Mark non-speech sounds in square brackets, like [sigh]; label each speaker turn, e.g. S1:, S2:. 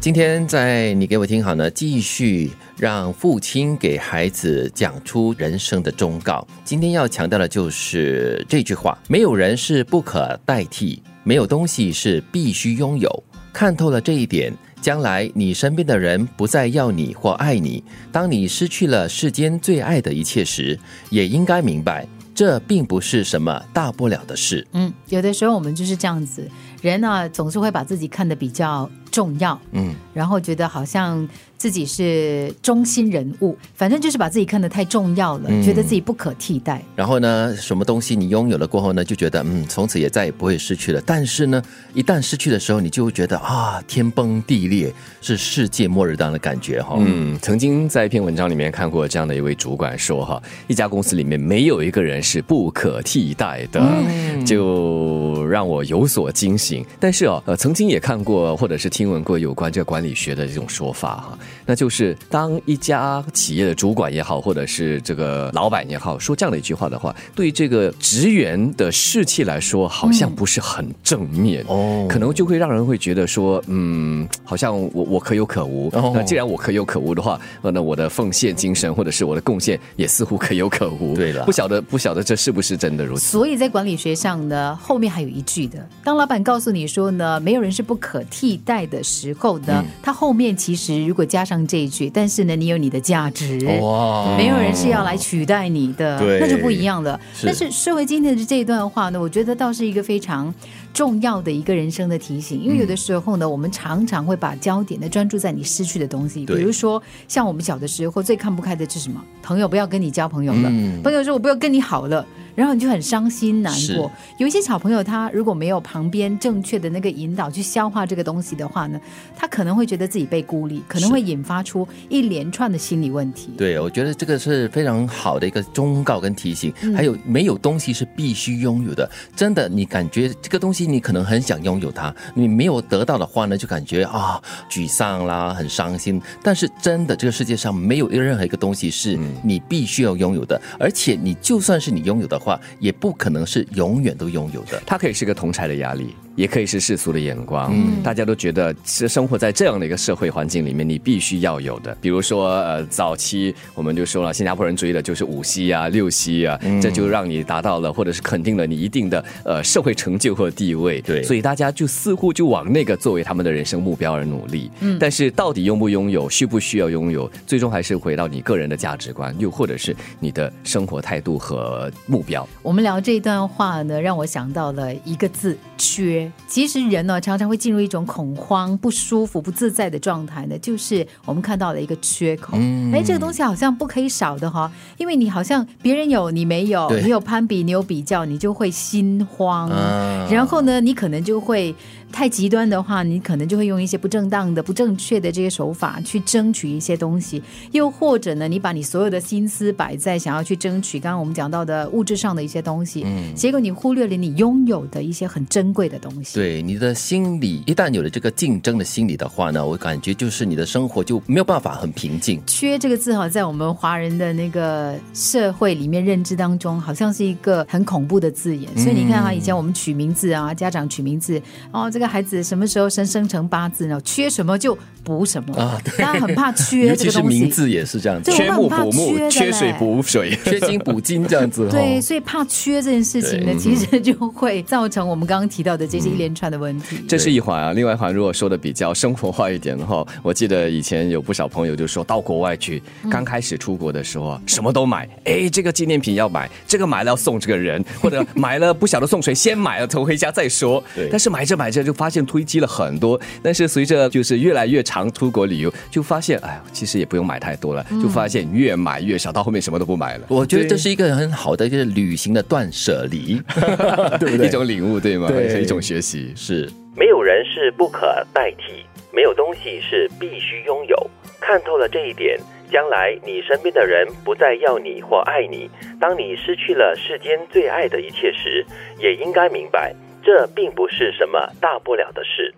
S1: 今天在你给我听好呢，继续让父亲给孩子讲出人生的忠告。今天要强调的就是这句话：没有人是不可代替，没有东西是必须拥有。看透了这一点，将来你身边的人不再要你或爱你。当你失去了世间最爱的一切时，也应该明白，这并不是什么大不了的事。
S2: 嗯，有的时候我们就是这样子，人呢、总是会把自己看得比较重要，
S1: 嗯，
S2: 然后觉得好像自己是中心人物，反正就是把自己看得太重要了，
S1: 嗯
S2: 觉得自己不可替代。
S1: 然后呢，什么东西你拥有了过后呢，就觉得嗯，从此也再也不会失去了。但是呢，一旦失去的时候，你就会觉得啊，天崩地裂，是世界末日当的感觉哈、嗯，
S3: 嗯，曾经在一篇文章里面看过这样的一位主管说哈，一家公司里面没有一个人是不可替代的，就让我有所惊醒。但是啊，呃，曾经也看过或者是听闻过有关这个管理学的这种说法哈，那就是当一家企业的主管也好，或者是这个老板也好，说这样的一句话的话，对这个职员的士气来说，好像不是很正面。
S1: 哦
S3: 可能就会让人会觉得说，嗯，好像我我可有可无。
S1: 哦
S3: 那既然我可有可无的话，呃那我的奉献精神或者是我的贡献也似乎可有可无。
S1: 对了
S3: 不晓得不晓得这是不是真的如此？
S2: 所以在管理学上呢，后面还有一句的，当老板告诉你说呢，没有人是不可替代的时候呢，
S1: 嗯
S2: 他后面其实如果加上这一句，但是呢，你有你的价值。
S1: 哦哇
S2: 没有人是要来取代你的，
S1: 嗯对
S2: 那就不一样了。
S1: 是
S2: 但是社会今天的这一段话呢，我觉得倒是一个非常重要的一个人生的提醒，
S1: 嗯
S2: 因为有的时候呢，我们常常会把焦点呢专注在你失去的东西，比
S1: 对
S2: 如说像我们小的时候最看不开的是什么？朋友不要跟你交朋友了，
S1: 嗯
S2: 朋友说我不要跟你好了。然后你就很伤心难
S1: 是
S2: 过。有一些小朋友，他如果没有旁边正确的那个引导去消化这个东西的话呢，他可能会觉得自己被孤立，可能会引发出一连串的心理问题。
S1: 对，我觉得这个是非常好的一个忠告跟提醒。
S2: 嗯
S1: 还有，没有东西是必须拥有的。真的，你感觉这个东西你可能很想拥有它，你没有得到的话呢，就感觉啊沮丧啦，很伤心。但是真的，这个世界上没有任何一个东西是
S2: 嗯
S1: 你必须要拥有的，而且你就算是你拥有的话，也不可能是永远都拥有的。
S3: 它可以是个同柴的压力，也可以是世俗的眼光。
S2: 嗯
S3: 大家都觉得是生活在这样的一个社会环境里面，你必须要有的。比如说，呃，早期我们就说了，新加坡人追的就是五息啊、六息啊，
S2: 嗯
S3: 这就让你达到了或者是肯定了你一定的呃社会成就和地位。
S1: 对
S3: 所以大家就似乎就往那个作为他们的人生目标而努力。嗯，但是到底拥不拥有，需不需要拥有，最终还是回到你个人的价值观，又或者是你的生活态度和目标。
S2: 我们聊这一段话呢，让我想到了一个字“缺”。其实人呢，常常会进入一种恐慌、不舒服、不自在的状态呢，就是我们看到了一个缺口。
S1: 嗯
S2: 哎，这个东西好像不可以少的哈，因为你好像别人有你没有，
S1: 对
S2: 你有攀比，你有比较，你就会心慌。
S1: 啊
S2: 哦然后呢，你可能就会太极端的话，你可能就会用一些不正当的、不正确的这些手法去争取一些东西，又或者呢，你把你所有的心思摆在想要去争取刚刚我们讲到的物质上的一些东西，结果你忽略了你拥有的一些很珍贵的东西。
S1: 对你的心理，一旦有了这个竞争的心理的话呢，我感觉就是你的生活就没有办法很平静。
S2: 缺这个字哈，在我们华人的那个社会里面认知当中，好像是一个很恐怖的字
S1: 嗯
S2: 眼。所以你看啊，以前我们取名字啊，家长取名字，哦，这个孩子什么时候生生成八字呢？缺什么就补什么
S1: 啊，
S2: 大家很怕
S1: [laughs] 尤
S2: 缺这
S1: 其
S2: 个
S1: 是
S2: 东
S1: 名
S2: 西。
S1: 字也是这样子
S2: 对，
S3: 缺木
S2: 我很
S3: 补
S2: 怕
S3: 木
S2: 缺的，
S3: 缺水
S2: 嘞
S3: 补水。
S1: 缺金补金这样子
S2: [laughs] 对，
S1: 哦。
S2: 所以怕缺这件事情呢，
S1: 对嗯
S2: 其实就会造成我们刚刚提到的这些一连串的问题。
S3: 这是一环啊，另外一环如果说的比较生活化一点的话，我记得以前有不少朋友就说到国外去，刚开始出国的时候啊，什么都买，哎，这个纪念品要买，这个买了要送这个人，或者买了不晓得送谁，先买了，等回家再说
S1: [laughs] 对。
S3: 但是买着买着就发现堆积了很多，但是随着就是越来越长出国旅游，就发现哎呀，其实也不用买太多了，
S1: 嗯
S3: 就发现越买越少，到后面什么都不买了。
S1: 我觉得这是一个很好的一个旅行的断舍离， [laughs] 对不对？
S3: [laughs] 一种领悟，对吗？
S1: 对
S3: 是一种学习。
S1: 是
S4: 没有人是不可代替，没有东西是必须拥有。看透了这一点，将来你身边的人不再要你或爱你。当你失去了世间最爱的一切时，也应该明白，这并不是什么大不了的事。